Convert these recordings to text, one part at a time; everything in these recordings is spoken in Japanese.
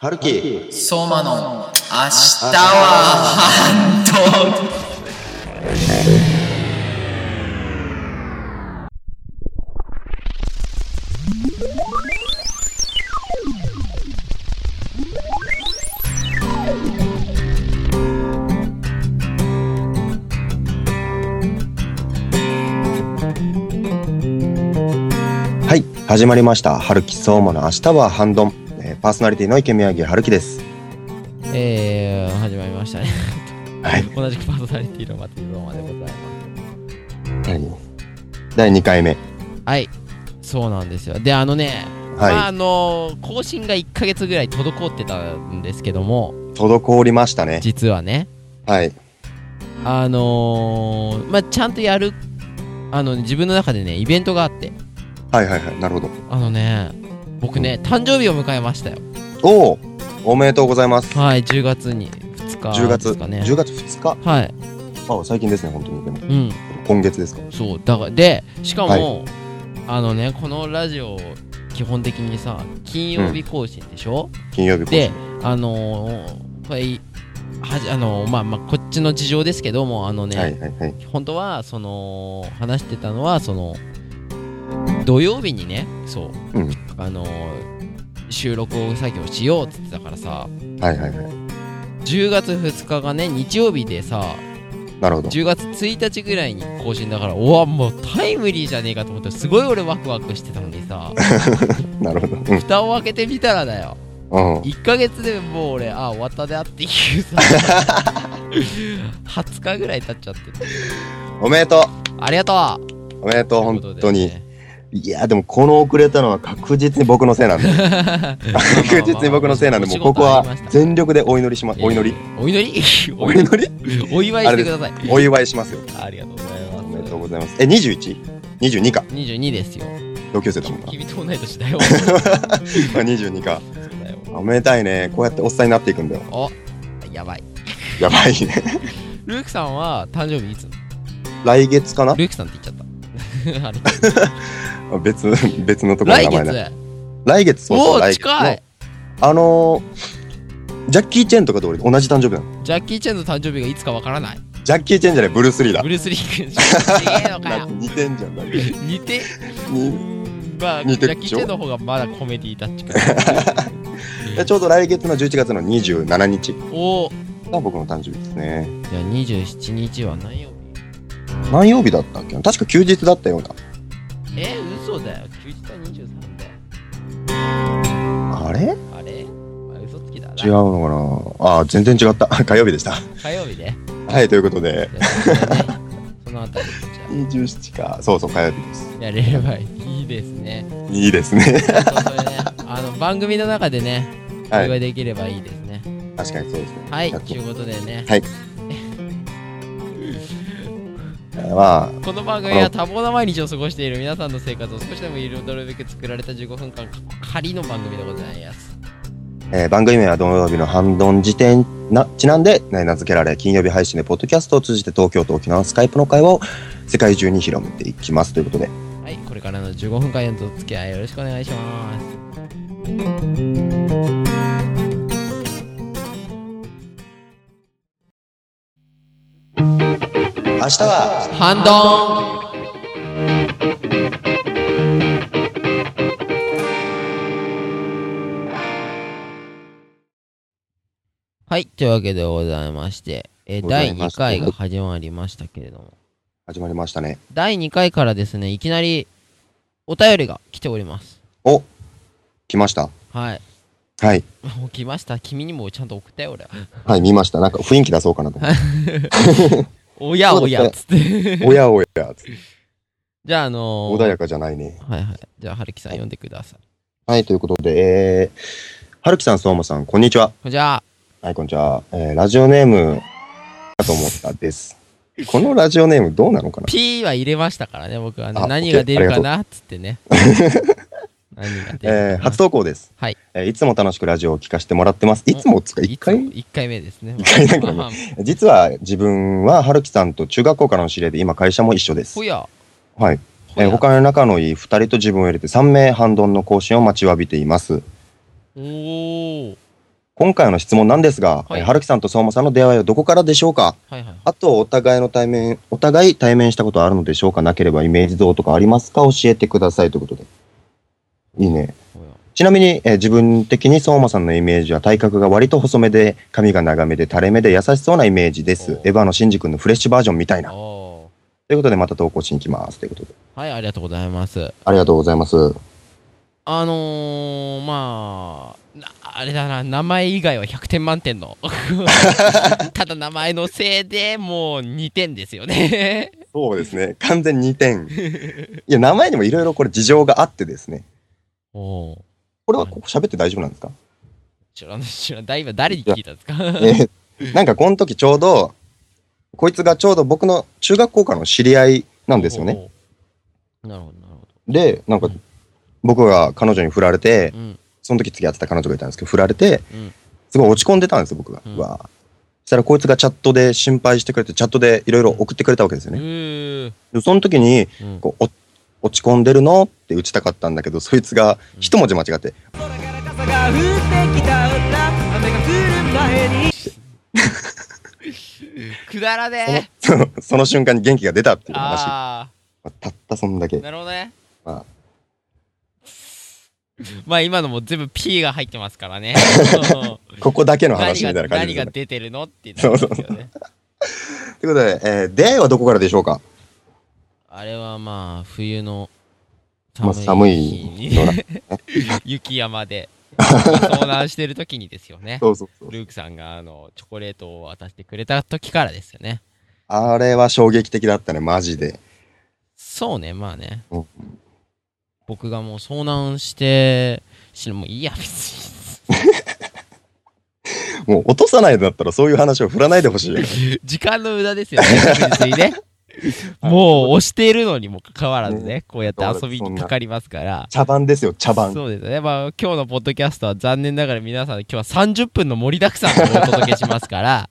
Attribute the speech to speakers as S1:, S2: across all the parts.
S1: 春樹
S2: 相馬の明日は半島
S1: はい始まりました春樹相馬の明日はハンドン、えーパーソナリティの池宮城春樹です
S3: えー、始まりましたね。
S1: はい
S3: 同じくパーソナリティのマティローマでございます。
S1: 第2回目
S3: はい、そうなんですよ。で、あのね、まあ、
S1: は
S3: あの更新が1ヶ月ぐらい滞ってたんですけども、
S1: い滞りましたね
S3: 実はね、
S1: はい
S3: あのー、まあ、ちゃんとやる、あの、自分の中でね、イベントがあって、
S1: はいはいはいなるほど
S3: あのね、僕ね、誕生日を迎えましたよ。
S1: おおおめでとうございます
S3: はい、10月に2日
S1: 10
S3: で
S1: 月
S3: すかね。
S1: 10月2日
S3: はい、
S1: あ最近ですね本当にでも
S3: うん。
S1: 今月ですか
S3: そうだからでしかも、
S1: はい
S3: あのねこのラジオ基本的にさ金曜日更新でしょ、
S1: 金曜日更新
S3: であのー、これはじあのーまあまあこっちの事情ですけどもあのね、
S1: はいはいはい
S3: 本当はその話してたのはその土曜日にねそう、
S1: うん
S3: あのー収録を作業しようっつってたからさ
S1: はいはいはい
S3: 10月2日がね日曜日でさ
S1: なるほど
S3: 10月1日ぐらいに更新だからおわもうタイムリーじゃねえかと思ってすごい俺ワクワクしてたのにさ
S1: なるほどうん
S3: 蓋を開けてみたらだよ
S1: うん
S3: 1ヶ月でもう俺あ終わったであっていうさ20日ぐらい経っちゃってて
S1: おめでと
S3: ありがとう
S1: うおめでとう本当に
S3: というこ
S1: いやでもこの遅れたのは確実に僕のせいなん で 確実に僕のせいなんでもうここは全力でお祈りしま
S3: とでね
S1: お祈り
S3: えーお祈り
S1: お祈り
S3: お祝いしてください
S1: お祝いしますよ
S3: ありがとうございます
S1: おめでとうございますえ 21?22 か
S3: 22ですよ
S1: 同級生だもんな
S3: 君と同い 年だよ
S1: まあ22か
S3: そうだよ
S1: おめでたいねこうやっておっさんになっていくんだよ
S3: おやばい
S1: やばいね
S3: ルークさんは誕生日いつ
S1: 来月かな
S3: ルークさんって言っちゃった あれ
S1: 別別のところの
S3: 来
S1: 名前ね
S3: 月
S1: 来月そう
S3: お
S1: そう
S3: お
S1: 来月
S3: 近い
S1: あのージャッキー・チェンとかと俺同じ誕生日なの
S3: ジャッキー・チェンの誕生日がいつかわからない
S1: ジャッキー・チェンじゃないブルース・リーだ
S3: ブルース・リー君すげえのか
S1: な
S3: よ
S1: 似てんじゃんなんか
S3: 似て
S1: に
S3: まあジ
S1: 似て
S3: ャ
S1: る
S3: ッキ
S1: でし
S3: ー・チ
S1: ょ
S3: ェンの方がまだコメディータッチか
S1: でちょうど来月の11月の27日
S3: おお
S1: が僕の誕生日ですね
S3: じゃあ27日は何曜
S1: 何曜日だったっけな確か休日だったよう
S3: 日え嘘だよ休日は23だよ
S1: なあれ
S3: あれあ嘘つきだな
S1: 違うのかなあー全然違った 火曜日でした
S3: 火曜日ね
S1: はいということで
S3: じゃあそれでね そのあたりじゃ
S1: 27かそうそう火曜日です
S3: あやれればいいですね
S1: いいですね
S3: ちょっとそれねあの番組の中でねお
S1: は
S3: 祝
S1: い
S3: いできればいいですね
S1: 確かにそうですね
S3: はい、
S1: やっ
S3: と
S1: と
S3: いうことでね、
S1: まあ
S3: この番組は多忙な毎日を過ごしている皆さんの生活を少しでも彩るべく作られた15分間、仮の番組でございます。
S1: えー番組名は土曜日の半ドン時点なちなんでね名付けられ金曜日配信でポッドキャストを通じて東京と沖縄のスカイプの会話を世界中に広めていきますということで
S3: はい、これからの15分間のお付き合いよろしくお願いします。
S1: 明日は
S3: ハンドンはい、というわけでございまして、えー
S1: ござい
S3: 第
S1: ま
S3: 2
S1: す
S3: 回が始まりましたけれども、
S1: 始まりましたね
S3: 第2回からですね、いきなりお便りが来ております。
S1: お来ました
S3: はい。
S1: はい
S3: もう来ました。君にもちゃんと送ったよ、俺は。
S1: はい見ましたなんか雰囲気出そうかなと思って
S3: おやおやっつって。
S1: おやお やつって
S3: じゃあ、あのー、
S1: 穏やかじゃないね
S3: はいはい。じゃあ、はるきさん読んでください。
S1: はいということでえー、はるきさんそうもさんこんにちは
S3: じゃあ、
S1: はいこんにちは、えー、ラジオネームだと思ったですこのラジオネームどうなのかな
S3: P は入れましたからね、僕はね。
S1: あ
S3: 何が出るか
S1: OK
S3: なっつって ね。何が出るかな
S1: えー、初投稿です。
S3: はい。
S1: えーいつも楽しくラジオを聞かせてもらってます。いつもつか一
S3: いつ
S1: 回
S3: も一回目ですね。
S1: 一回だけどね
S3: まあまあま
S1: 実は自分は春樹さんと中学校からの知り合いで今会社も一緒で
S3: あ
S1: す
S3: ほ。や。
S1: はい。
S3: ほ
S1: え
S3: や
S1: ー、他の仲のいい二人と自分を入れて三名半ドンの更新を待ちわびています。
S3: おー。
S1: 今回の質問なんですが、
S3: はい
S1: えー春樹さんと相馬さんの出会いはどこからでしょうか
S3: はいはい。
S1: あと、お互いの対面、お互い対面したことはあるのでしょうかなければイメージどうとかありますか教えてくださいということで。いいね。
S3: おや
S1: ちなみに、えー自分的に相馬さんのイメージは体格が割と細めで、髪が長めで垂れ目で優しそうなイメージで
S3: お
S1: す
S3: ー。
S1: エヴァのシンジ君のフレッシュバージョンみたいな。と
S3: お
S1: いうことで、また投稿しに来ます。ということで。
S3: ーはい、ありがとうございます。
S1: ありがとうございます。
S3: あのー、まあ、なあれだな、名前以外は100点満 点の。ただ名前のせいでもう2点ですよね。
S1: そうです ね。完全2点。いや、名前にもいろいろこれ事情があってですね。
S3: おー
S1: これはここ喋って大丈夫なんですか
S3: 知らない、知らないだ。今誰に聞いたんですか
S1: えーなんかこの時ちょうど、こいつがちょうど僕の中学校からの知り合いなんですよね。
S3: おー。なるほど、なるほ
S1: で、なんか僕が彼女に振られて
S3: ど。、うん。
S1: その時付き合ってた彼女がいたんですけど、振られて
S3: うん、
S1: すごい落ち込んでたんですよ、僕が。
S3: うん
S1: うわーそしたらこいつがチャットで心配してくれて、チャットでいろいろ送ってくれたわけですよ
S3: う
S1: ね。
S3: ー
S1: でその時に、
S3: うん。
S1: こうお落ち込んでるのって打ちたかったんだけど、そいつが一文字間違って、
S4: 朝が降ってきたんだ雨が降る前に
S3: くだらね
S1: そのその瞬間に元気が出たっていう話。
S3: あ
S1: まあたったそんだけ
S3: ー、。なるほどね。
S1: ま
S3: まあ今のも全部 P が入ってますから ね。
S1: あ、ここだけの
S3: 何
S1: 話みたい
S3: が
S1: な感じ
S3: 何
S1: で
S3: が
S1: すね。
S3: 出てるのってなるんですよね。
S1: ということで、えー出会いはどこからでしょうか
S3: あれはまあ冬の
S1: まあ
S3: 寒
S1: 寒い
S3: い日に 雪山で遭難してる時にですよね。
S1: そうそうそう。
S3: ルークさんがあのチョコレートを渡してくれた時からですよね。
S1: あれは衝撃的だったね、マジで。
S3: そうね、まあね
S1: うん。
S3: 僕がもう遭難して、しもういいや、別
S1: もう落とさないんだったらそういう話を振らないでほしいよね。
S3: に。時間の無駄ですよね、別にね。 もう押しているのにもかかわらずね、こうやって遊びにかかりますから。
S1: 茶番ですよ、茶番。
S3: そうですね。まあ、今日のポッドキャストは残念ながら皆さん、今日は30分の盛りだくさんをお届けします から、あ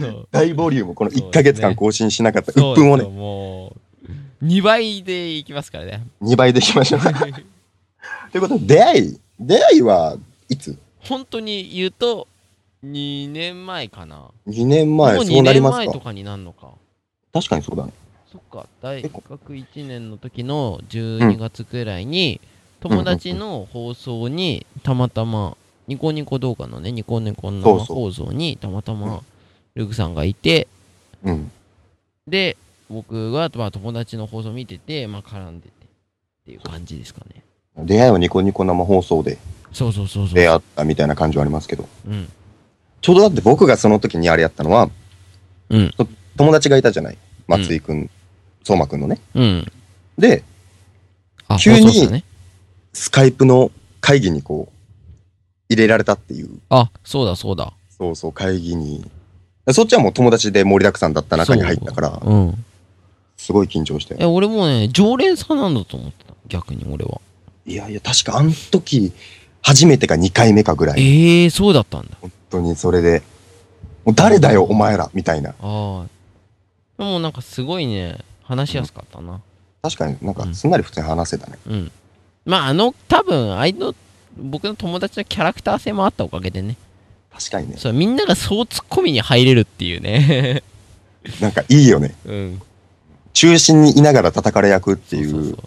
S3: の、
S1: 大ボリューム、この
S3: そ
S1: 1
S3: うですね
S1: ヶ月間更新しなかった
S3: そう
S1: 鬱
S3: で
S1: 憤
S3: す
S1: を
S3: よ
S1: ね、
S3: もう、2倍でいきますからね。
S1: 2倍でいきましょう。 ということで、出会い、出会いはいつ
S3: 本当に言うと、2年前かな。
S1: ?2 年
S3: も
S1: 前、
S3: う
S1: そ
S3: 2
S1: うなり
S3: 年
S1: ます
S3: 前と
S1: か。
S3: かになるのか。
S1: 確かにそうだね。
S3: そっか、大
S1: 結構
S3: 学1年の時の12月くらいに、友達の放送にたまたま、ニコニコ動画のね、ニコニコの
S1: そう
S3: 生
S1: そう
S3: 放送にたまた
S1: う
S3: ま、ルークさんがいて、
S1: うん。
S3: で、僕が、まあ、友達の放送見てて、まあ、絡んでてっていう感じですかね。
S1: 出会いはニコニコ生放送で
S3: そうそうそうそう。
S1: 出会ったみたいな感じはありますけど。
S3: うん。
S1: ちょうどだって僕がその時にあれやったのは、
S3: うん。
S1: 友達がいたじゃない松井くん、相馬くんのね。
S3: うん。
S1: で、
S3: あ
S1: 急に
S3: 放送したね。
S1: スカイプの会議にこう、入れられたっていう、
S3: あ、そうだそうだ。
S1: そうそう、会議に。そっちはもう友達で盛りだくさんだった中に入ったから、
S3: うん。
S1: すごい緊張して
S3: え、。俺もうね、常連さんなんだと思ってた。逆に俺は。
S1: いやいや、確かあの時、初めてか2回目かぐらい。
S3: ええー、そうだったんだ。
S1: 本当にそれで、もう誰だよ、お前ら、みたいな。
S3: ああ。でもなんかすごいね、話しやすかったな。
S1: 確かになんかすんなり普通に話せたね。
S3: うん。まあ、あの、多分、あいの、僕の友達のキャラクター性もあったおかげでね。
S1: 確かにね。
S3: そう、みんながそうツッコミに入れるっていうね。
S1: なんかいいよね。
S3: うん。
S1: 中心にいながら叩かれ役ってい
S3: そうそ、そ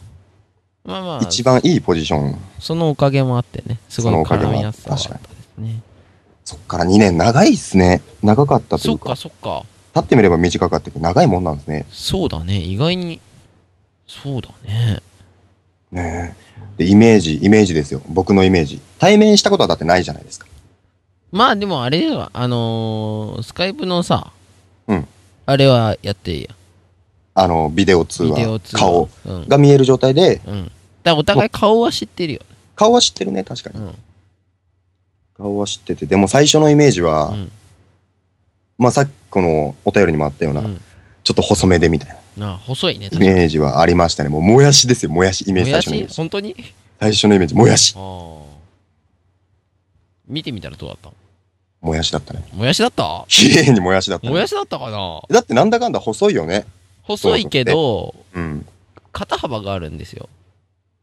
S3: まあまあ
S1: 一番いいポジション。
S3: そのおかげもあってねすごい
S1: そのおかげ
S3: 絡
S1: も
S3: みやすさはあっ
S1: 確
S3: た
S1: か
S3: で
S1: に
S3: すね
S1: そっから2年、長いっすね。長かったとい
S3: そうっ
S1: か
S3: か、そっか
S1: 立ってみれば短かったけど、長いもんなんですね。
S3: そうだね意外にそうだね
S1: ねえ。で、イメージ、イメージですよ。僕のイメージ。対面したことはだってないじゃないですか。
S3: まあでもあれはあのー、スカイプのさ、
S1: うん
S3: あれはやっていいや
S1: あの、ビデオ通
S3: ビデオ
S1: 話、
S3: 通話
S1: 顔
S3: うん、うん、だか
S1: が見える状態で、
S3: らお互い顔は知ってるよ、
S1: 顔は知ってるね、確か
S3: う
S1: に。
S3: ん
S1: 顔は知ってて、でも最初のイメージは、
S3: うん
S1: まあさっきこのお便りにもあったよう
S3: う
S1: な、
S3: ん、
S1: ちょっと細めでみたいな
S3: なあ細いね
S1: イ
S3: 確かに
S1: メージはありましたね。もう、もやしですよ、もやし、イメー
S3: も
S1: ジ、最
S3: や
S1: 初のイメー
S3: し
S1: ジ。
S3: 本当に
S1: 最初のイメージ、もやし
S3: あ。あ見てみたらどうだった
S1: もやしだったね。
S3: もやしだった
S1: 綺麗にもやしだった
S3: も
S1: ね
S3: や。しだったかな
S1: だってなんだかんだ細いよね。
S3: 細いけど
S1: うん。
S3: 肩幅があるんですよ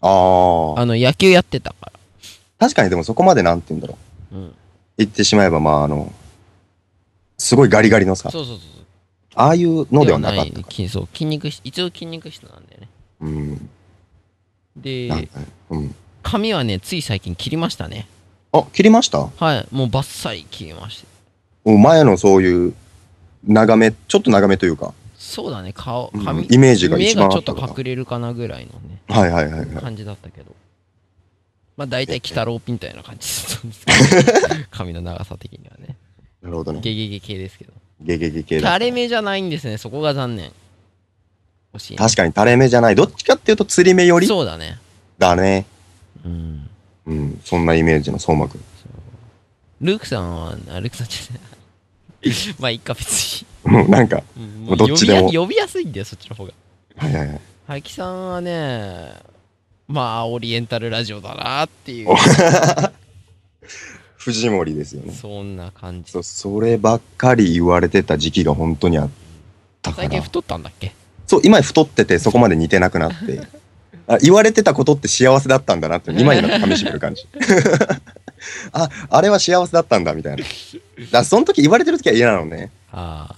S1: ああ。
S3: あの野球やってたから
S1: 確かにでもそこまでなんて言うんだろう。
S3: うん
S1: 言ってしまえば、まあ、あの、すごいガリガリのさ、
S3: そうそうそう
S1: ああいう
S3: そう
S1: のではなかったか
S3: きそう筋肉質一応筋肉質なんだよね
S1: ら。うん。なん
S3: で
S1: かねうん。
S3: 髪はねつい最近切りましたね
S1: あ、切りました
S3: はいもうバッサリ切りました
S1: もう前のそういう、長め、ちょっと長めというか、
S3: そうだね顔
S1: うん
S3: 髪、
S1: イメージが
S3: 目
S1: 一
S3: が
S1: 番
S3: ち
S1: あ
S3: ょ
S1: っ
S3: ったと
S1: のか。
S3: 隠れるかなぐらいのね
S1: はいはいはいはい。
S3: 感じだったけどまあ大体鬼太郎みたいな感じだったんですけ ど髪の長さ的にはね
S1: なるほどね。
S3: ゲゲゲ系ですけど
S1: ゲゲゲ系だ。
S3: 垂れ目じゃないんですねそこが残念惜しいな
S1: 確かに垂れ目じゃない。どっちかっていうと釣り目より
S3: そうだね
S1: だね。
S3: うん
S1: うん。そんなイメージの相馬くん。
S3: ルークさんはあルークさんじゃない まあいいか別
S1: うん なんか、
S3: に、うん
S1: もうどっちでも
S3: 呼びや呼びやすいんだよそっちの方が
S1: はいはいはい。
S3: ハイキさんはねまあオリエンタルラジオだなっていう
S1: 藤森ですよね。
S3: そんな感じ
S1: そうそればっかり言われてた時期が本当にあったか
S3: 最近
S1: ら
S3: 太ったんだっけ
S1: そう今太っててそこまで似てなくなって あ言われてたことって幸せだったんだなって今になってかみしめる感 じああれは幸せだったんだみたいなだからその時言われてる時は嫌なのね
S3: ああ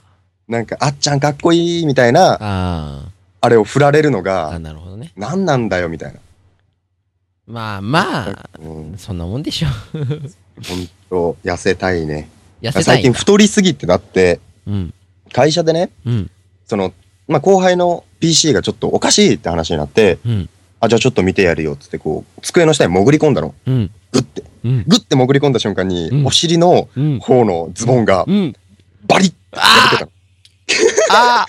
S1: なんかあっちゃんかっこいいみたいな
S3: あ
S1: あれを振られるの
S3: ああ
S1: が
S3: なるほどね
S1: 何なんだよみたいな、
S3: まあまあ
S1: うん、
S3: そんなもんで しょ
S1: 本当痩せたいね
S3: 痩せたい
S1: 最近太りすぎてだって
S3: うん
S1: 会社でね
S3: うん
S1: その、まあ、後輩の PC がちょっとおかしいって話になって
S3: うん
S1: あ、じゃあちょっと見てやるよっつって、こう、机の下に潜り込んだの。
S3: うん
S1: グッて。
S3: うん
S1: グッて潜り込んだ瞬間に、
S3: うん
S1: お尻の
S3: うん
S1: 方のズボンが
S3: う、ん
S1: バリッって破けたの。
S3: あ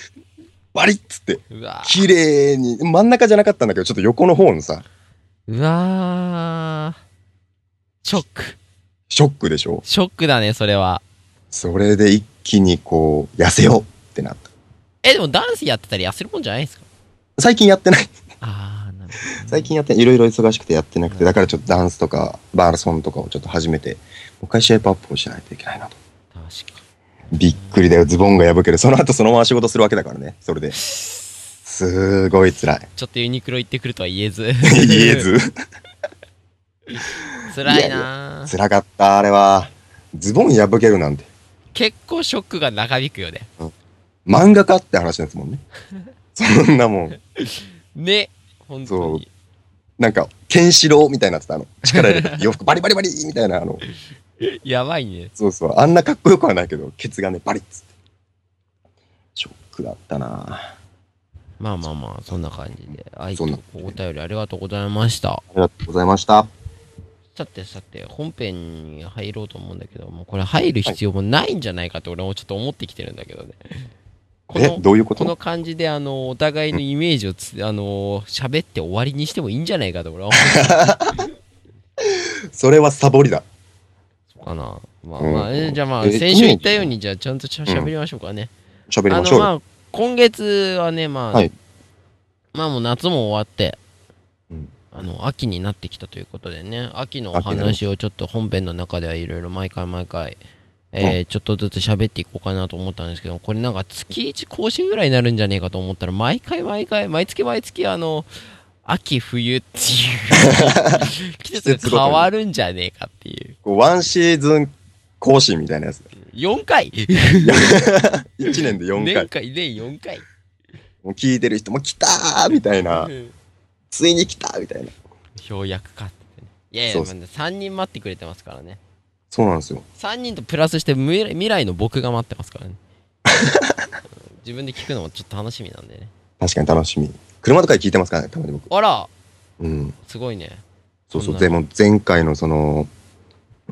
S1: バリッつって、
S3: あうわ
S1: 綺麗に、真ん中じゃなかったんだけど、ちょっと横の方のさ、
S3: うわーショック
S1: ショックでしょ
S3: ショックだねそれは
S1: それで一気にこう、痩せようってなった。
S3: えでもダンスやってたり痩せるもんじゃないんですか
S1: 最近やってない。
S3: ああなるほどね
S1: 最近やって、いろいろ忙しくてやってなくて、だからちょっとダンスとか、バーソンとかをちょっと始めて、もう一回シェイプアップをしないといけないなと。
S3: 確か
S1: びっくりだよ、ズボンが破ける。その後そのまま仕事するわけだからね、そ れで。すごい辛い。
S3: ちょっとユニクロ行ってくるとは言えず
S1: 言えず。
S3: 辛いなー
S1: 辛かった、あれは。ズボン破けるなんて。
S3: 結構ショックが長引くよね
S1: 漫画家って話ですもん ね。そんなもん。
S3: ね本当に
S1: なんか、ケンシロウみたいになってた、あの、力入れ て、洋服バリバリバリみたいな、あの、
S3: やばいね
S1: そうそう、あんなかっこよくはないけど、ケツがね、バリッつって。ショックだったな
S3: まあまあまあそんな感じではい
S1: そんな
S3: お便りありがとうございました
S1: ありがとうございました。
S3: さてさて本編に入ろうと思うんだけどもうこれ入る必要もないんじゃないかって俺もちょっと思ってきてるんだけどねこ
S1: え、
S3: の
S1: どういうこ
S3: ことの感じであのお互いのイメージをつ、あの喋って終わりにしてもいいんじゃないかと俺は思
S1: それはサボりだ。
S3: うかなまあ
S1: うん
S3: まあ、えじゃあまあ
S1: え
S3: 先週言ったようにじゃあちゃんとしゃ喋りましょうかね、
S1: 喋り
S3: あ
S1: ましょう
S3: の
S1: よ。
S3: まあ今月はねまあ、
S1: はい
S3: まあもう夏も終わって、
S1: うん
S3: あの秋になってきたということでね秋のお
S1: 秋だね
S3: 話をちょっと本編の中ではいろいろ毎回毎回、えーちょっとずつ喋っていこうかなと思ったんですけどこれなんか月1更新ぐらいになるんじゃねえかと思ったら毎回毎回毎月毎月あの秋 冬っていう季節が変わるんじゃねえかっていう
S1: こうワンシーズン更新みたいなやつ。
S3: 4回
S1: 1年で4
S3: 年
S1: 回。
S3: 回年4回
S1: もう聞いてる人も来たーみたいな。ついに来たみたいな。
S3: 表約かってねいやいや、
S1: そ
S3: ま
S1: う
S3: あ
S1: そう
S3: 3人待ってくれてますからね
S1: そうなんですよ。
S3: 3人とプラスして未来未来の僕が待ってま すからねうん自分で聞くのもちょっと楽しみなんでね
S1: 確かに楽しみ。車とかで聞いてますからね、たまに僕。
S3: あら
S1: うん。
S3: すごいね
S1: そうそう。
S3: そんな
S1: でも前回のその、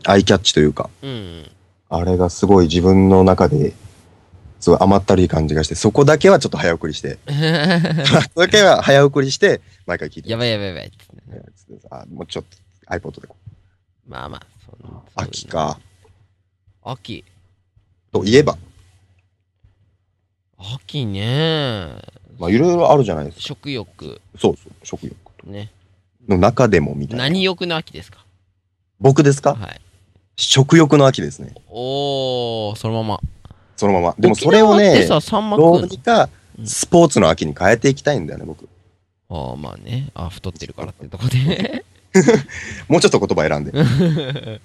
S1: アイキャッチというか、
S3: うんうん
S1: あれがすごい自分の中で、すごい甘ったるい感じがして、そこだけはちょっと早送りして、 そこだけは早送りして、毎回聞いて
S3: や
S1: ま
S3: ばいやばいやばいってね
S1: す。あもうちょっと iPod でこう
S3: まあまあそんそう
S1: 秋か。
S3: 秋
S1: といえば、
S3: 秋ね
S1: まあいろいろあるじゃないですか。
S3: 食欲
S1: そうそう、食欲
S3: ね
S1: の中でもみたいな。
S3: 何欲の秋ですか
S1: 僕ですか
S3: はい
S1: 食欲の秋ですね。
S3: おおそのまま
S1: そのまま。でもそれを
S3: 沖縄って
S1: ね、
S3: さサンマ
S1: どう
S3: 食う
S1: にかスポーツの秋に変えていきたいんだよね、僕。
S3: のああまあねあ太ってるからってとこで
S1: もうちょっと言葉選んで。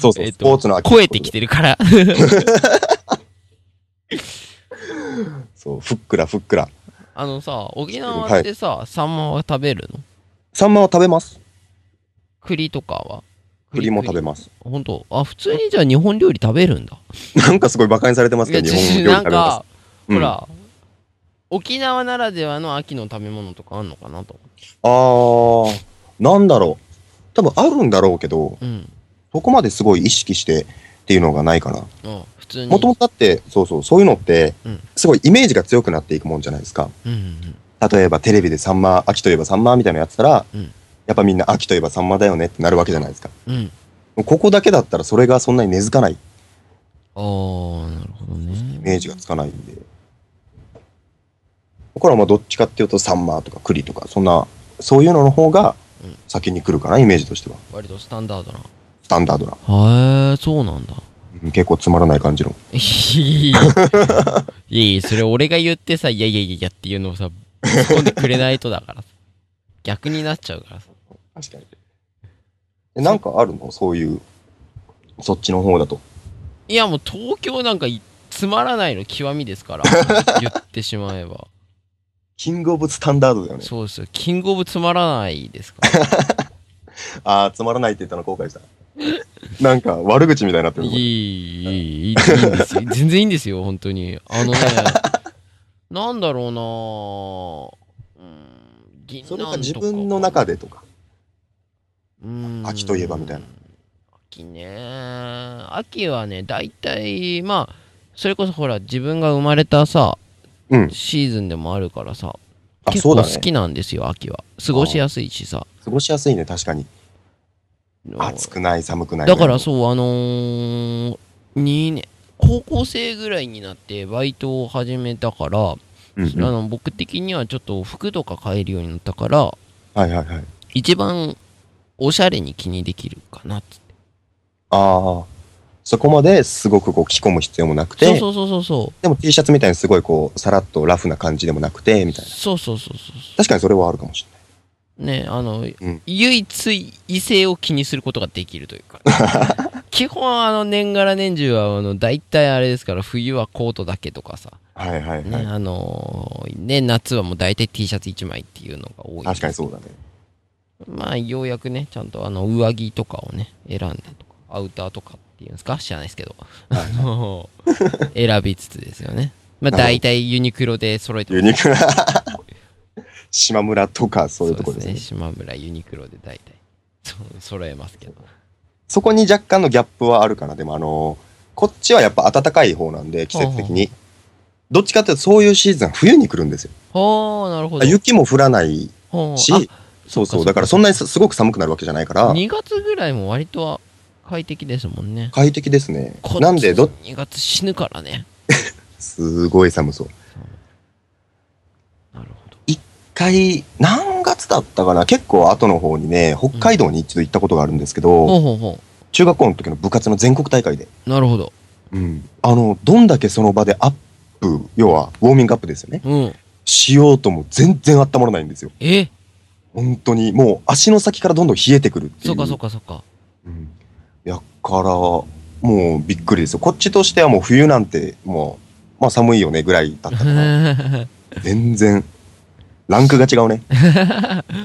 S1: そうそう、
S3: えっ
S1: スポーツの
S3: と、超えてき
S1: て。
S3: てるから。
S1: そう、ふっくらふっくら。
S3: あのさ、沖縄ってさ、サンマは食べるの
S1: サンマは食べます。
S3: 栗とかは
S1: 栗も食べます。
S3: ほんとあ、普通にじゃあ日本料理食べるんだ。
S1: なんかすごい馬鹿にされてます
S3: い
S1: け
S3: や、
S1: ど、
S3: ち
S1: 日本料理
S3: なん
S1: 食べます
S3: か。、
S1: うん
S3: ほら、沖縄ならではの秋の食べ物とかあんのかなと。
S1: あー、なんだろう。多分あるんだろうけど、
S3: うん。
S1: そこまですごい意識してっていうのがないかな。
S3: あ普通に。
S1: もともとだって、そうそう、そういうのって
S3: うん、
S1: すごいイメージが強くなっていくもんじゃないですか。
S3: うんうん
S1: 例えばテレビでサンマ、秋といえばサンマみたいなのやってたら、
S3: うん
S1: やっぱみんな秋といえばサンマだよねってなるわけじゃないですか。
S3: うん。うん。
S1: ここだけだったらそれがそんなに根付かない、イ
S3: あー、なるほどね。
S1: メージがつかないんで。これはまあどっちかっていうとサンマとか栗とか、そんな、そういうのの方が
S3: うん
S1: 先に来るかな、イメージとしては。
S3: 割とスタンダードな。
S1: スタンダードな。
S3: へえ、そうなんだ。
S1: うん結構つまらない感じの。
S3: いやいや、それ俺が言ってさ、いやいやいやいやっていうのをさ、突っ込んでくれないとだからさ。逆になっちゃうからさ。
S1: 確かに。えなんかあるのそういう、そっちの方だと。
S3: いや、もう東京なんかいつまらないの極みですから。言ってしまえば。
S1: キングオブスタンダードだよね。
S3: そうですよ。キングオブつまらないですから。
S1: ああ、つまらないって言ったの後悔した。なんか悪口みたいになって
S3: い
S1: る。
S3: い、いい、いい、いいんですよ。全然いいんですよ、本当に。あのね、なんだろうなぁ。うん、銀
S1: それが自分の中でとか。
S3: うん
S1: 秋といえばみたいな。
S3: 秋ね。秋はね、大体、まあ、それこそほら、自分が生まれたさ、
S1: うん
S3: シーズンでもあるからさ、
S1: あ、
S3: 結
S1: そう
S3: 構
S1: だ
S3: 好
S1: ね。
S3: きなんですよ、秋は。過ごしやすいしさ。
S1: 過ごしやすいね、確かに。
S3: あの
S1: 暑くない、寒くない。
S3: だからそう、あのー、2年、高校生ぐらいになってバイトを始めたから、
S1: うんうん
S3: あの僕的にはちょっと服とか買えるようになったから、
S1: はいはいはい。
S3: 一番おしゃれに気にできるかなっつっ
S1: ああ。そこまですごくこう着込む必要もなくて、
S3: て。そうそうそうそう
S1: でも T シャツみたいにすごいこう、さらっとラフな感じでもなくて、みたいな。
S3: そう。そうそうそうそ
S1: 確かにそれはあるかもし
S3: う。ね、あの、
S1: ん
S3: 唯一異性を気にすることができるという か。基本あの年がら年中はあの大体あれですから冬はコートだけとかさ、
S1: れない。はいはいは
S3: ね
S1: い。
S3: あのーね夏はもう大体 T シャツ1枚っていうのが多い
S1: 確かにそうだね。
S3: まあ、ようやくね、ちゃんとあの、上着とかをね、選んだとか、アウターとかっていうんですか知らないですけど、あの、選びつつですよね。まあ、
S1: なるほど
S3: 大体ユニクロで揃えて
S1: ユニクロ。島村とかそういうところですね。そ
S3: 島村ユニクロで大体、そう揃えますけど。
S1: こに若干のギャップはあるかな。でもあのーこっちはやっぱ暖かい方なんで、季節的に。どっちかっていうとそういうシーズンは冬に来るんですよ。
S3: ほう、なるほど。
S1: 雪も降らない
S3: ほう
S1: し、そうそう。
S3: そっ
S1: だ
S3: か
S1: からそんなにすすごく寒くなるわけじゃないか
S3: あ
S1: ら、
S3: 2月ぐらいも割とは快適ですもんね。
S1: 快適ですね
S3: こっ。ち
S1: なんでど、
S3: 2月死ぬからね。
S1: すごい寒そう。
S3: なるほど。
S1: 一回、何月だったかな結構後の方にね、北海道に一度行ったことがあるんですけど、
S3: ほうほうほ
S1: 中学校の時の部活の全国大会で、
S3: う。なるほど。
S1: うんあの、どんだけその場でアップ、要はウォーミングアップですよね。
S3: うん。
S1: しようとも全然温まらないんですよ。
S3: え
S1: 本当に、もう足の先からどんどん冷えてくるっていう。
S3: そっかそっかそっか。
S1: うんやから、もうびっくりですよ。こっちとしてはもう冬なんて、もう、まあ寒いよねぐらいだったかな。全然、ランクが違うね。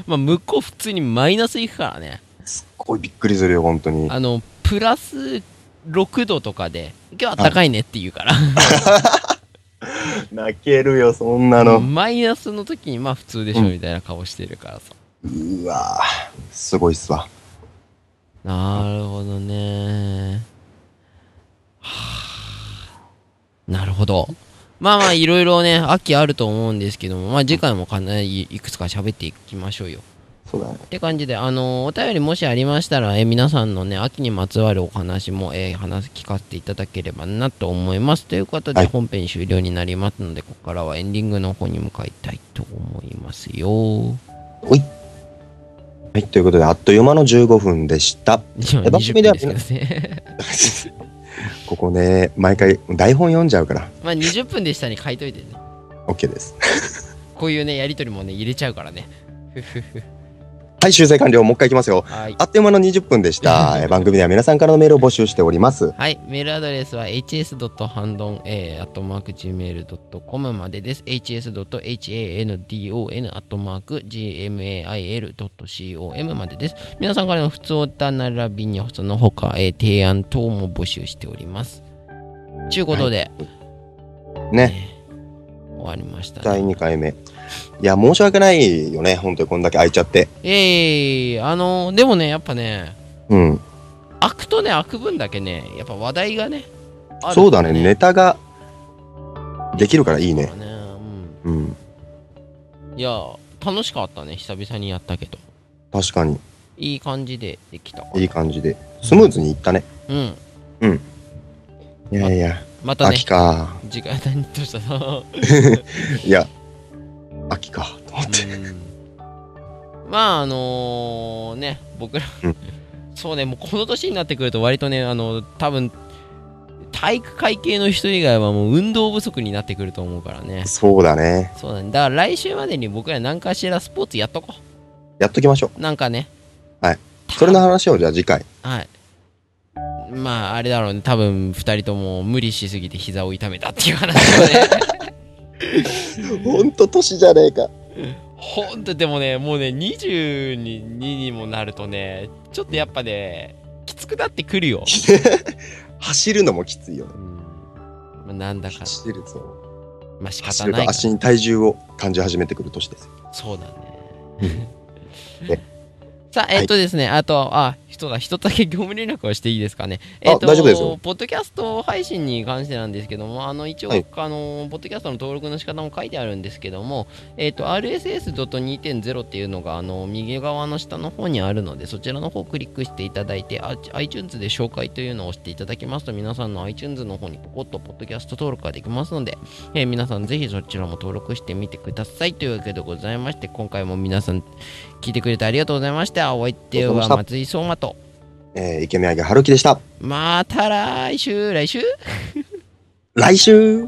S3: まあ、向こう普通にマイナスいくからね。
S1: すっごいびっくりするよ、本当に。
S3: あの、プラス6度とかで、今日は高いねって言うから。
S1: 泣けるよ、そんなの。
S3: マイナスの時に、まあ普通でしょみたいな顔してるからさ。
S1: うわぁ、すごいっすわ。
S3: なるほどね。はぁ。なるほど。まあまあ、いろいろね、秋あると思うんですけども、まあ次回もかなりいくつか喋っていきましょうよ。
S1: そうだね。
S3: って感じで、あのお便りもしありましたら、えー皆さんのね、秋にまつわるお話も、えー話聞かせていただければなと思います。ということで、
S1: はい
S3: 本編終了になりますので、ここからはエンディングの方に向かいたいと思いますよ。
S1: おい。はい、ということで、あっという間の15分でした。
S3: 今
S1: 番
S3: 20
S1: 組で
S3: 分
S1: は
S3: ですけどね。
S1: ここね、毎回台本読んじゃうから、
S3: まあ、20分でしたに書いといてね。
S1: OK です。
S3: こういうね、やりとりもね、入れちゃうからね。
S1: はい、修正完了。もう一回いきますよ。
S3: はい
S1: あ。っという間の20分でした。えー番組では皆さんからのメールを募集しております。
S3: はい、メールアドレスは hs.handon.gmail.com までです。hs.handon.gmail.com までです。皆さんからの普通歌並びにその他、えー提案等も募集しております。ちゅうことで、
S1: ね、
S3: 終わりました、
S1: 第2回目。いや、申し訳ないよね。本当にこんだけ空いちゃって。
S3: ええあのでもね、やっぱね、
S1: うん。
S3: 開くとね、開く分だけね、やっぱ話題がね、ある
S1: そうだね。ネタができるからいいね。
S3: ねう
S1: うん。
S3: ん、いや、楽しかったね、久々にやったけど。
S1: 確かに。
S3: いい感じでできたかない
S1: い感じで。スムーズにいったね。
S3: うん。
S1: いやいや、
S3: またね
S1: 秋、か。
S3: 時間何としたの
S1: いや、秋か。と思って。
S3: うんまあ、あのね、僕ら、
S1: うん
S3: そうね、もうこの年になってくると、割とね、あの、多分体育会系の人以外はもう運動不足になってくると思うからね。
S1: そうだね。
S3: そうだね。だから来週までに僕ら何かしらスポーツやっとこ
S1: やっときましょ
S3: う。なんかね。
S1: はい。う。それの話をじゃあ次回。
S3: はい。まあ、あれだろうね。多分、二人とも無理しすぎて膝を痛めたっていう話をね。
S1: ほんと年じゃねえか。
S3: ほんとでもねもうね22にもなるとねちょっとやっぱねきつくなってくるよ、
S1: 走るのもきついよね。
S3: うんまあ、なんだか
S1: 走ると、
S3: まあ仕
S1: 走
S3: 方
S1: る
S3: ない
S1: と
S3: か
S1: 足に体重を感じ始めてくる年です。
S3: そうだ
S1: うん
S3: ね
S1: ね
S3: さあえっとですね、あとあ人だ一つだけ業務連絡をしていいですかねえっと
S1: 大丈夫ですよ
S3: ポッドキャスト配信に関してなんですけどもあの一応、
S1: はい
S3: あのポッドキャストの登録の仕方も書いてあるんですけどもえっと RSS.2.0 っていうのがあの右側の下の方にあるのでそちらの方をクリックしていただいてあ iTunes で紹介というのを押していただきますと皆さんの iTunes の方にポコッとポッドキャスト登録ができますのでえー皆さんぜひそちらも登録してみてくださいというわけでございまして今回も皆さん聞いてくれてありがとうございましたお相手
S1: ありがと
S3: は
S1: うございました
S3: 松井聡馬と
S1: えー、イケメンあげはるきでした。
S3: また来週来週
S1: 来週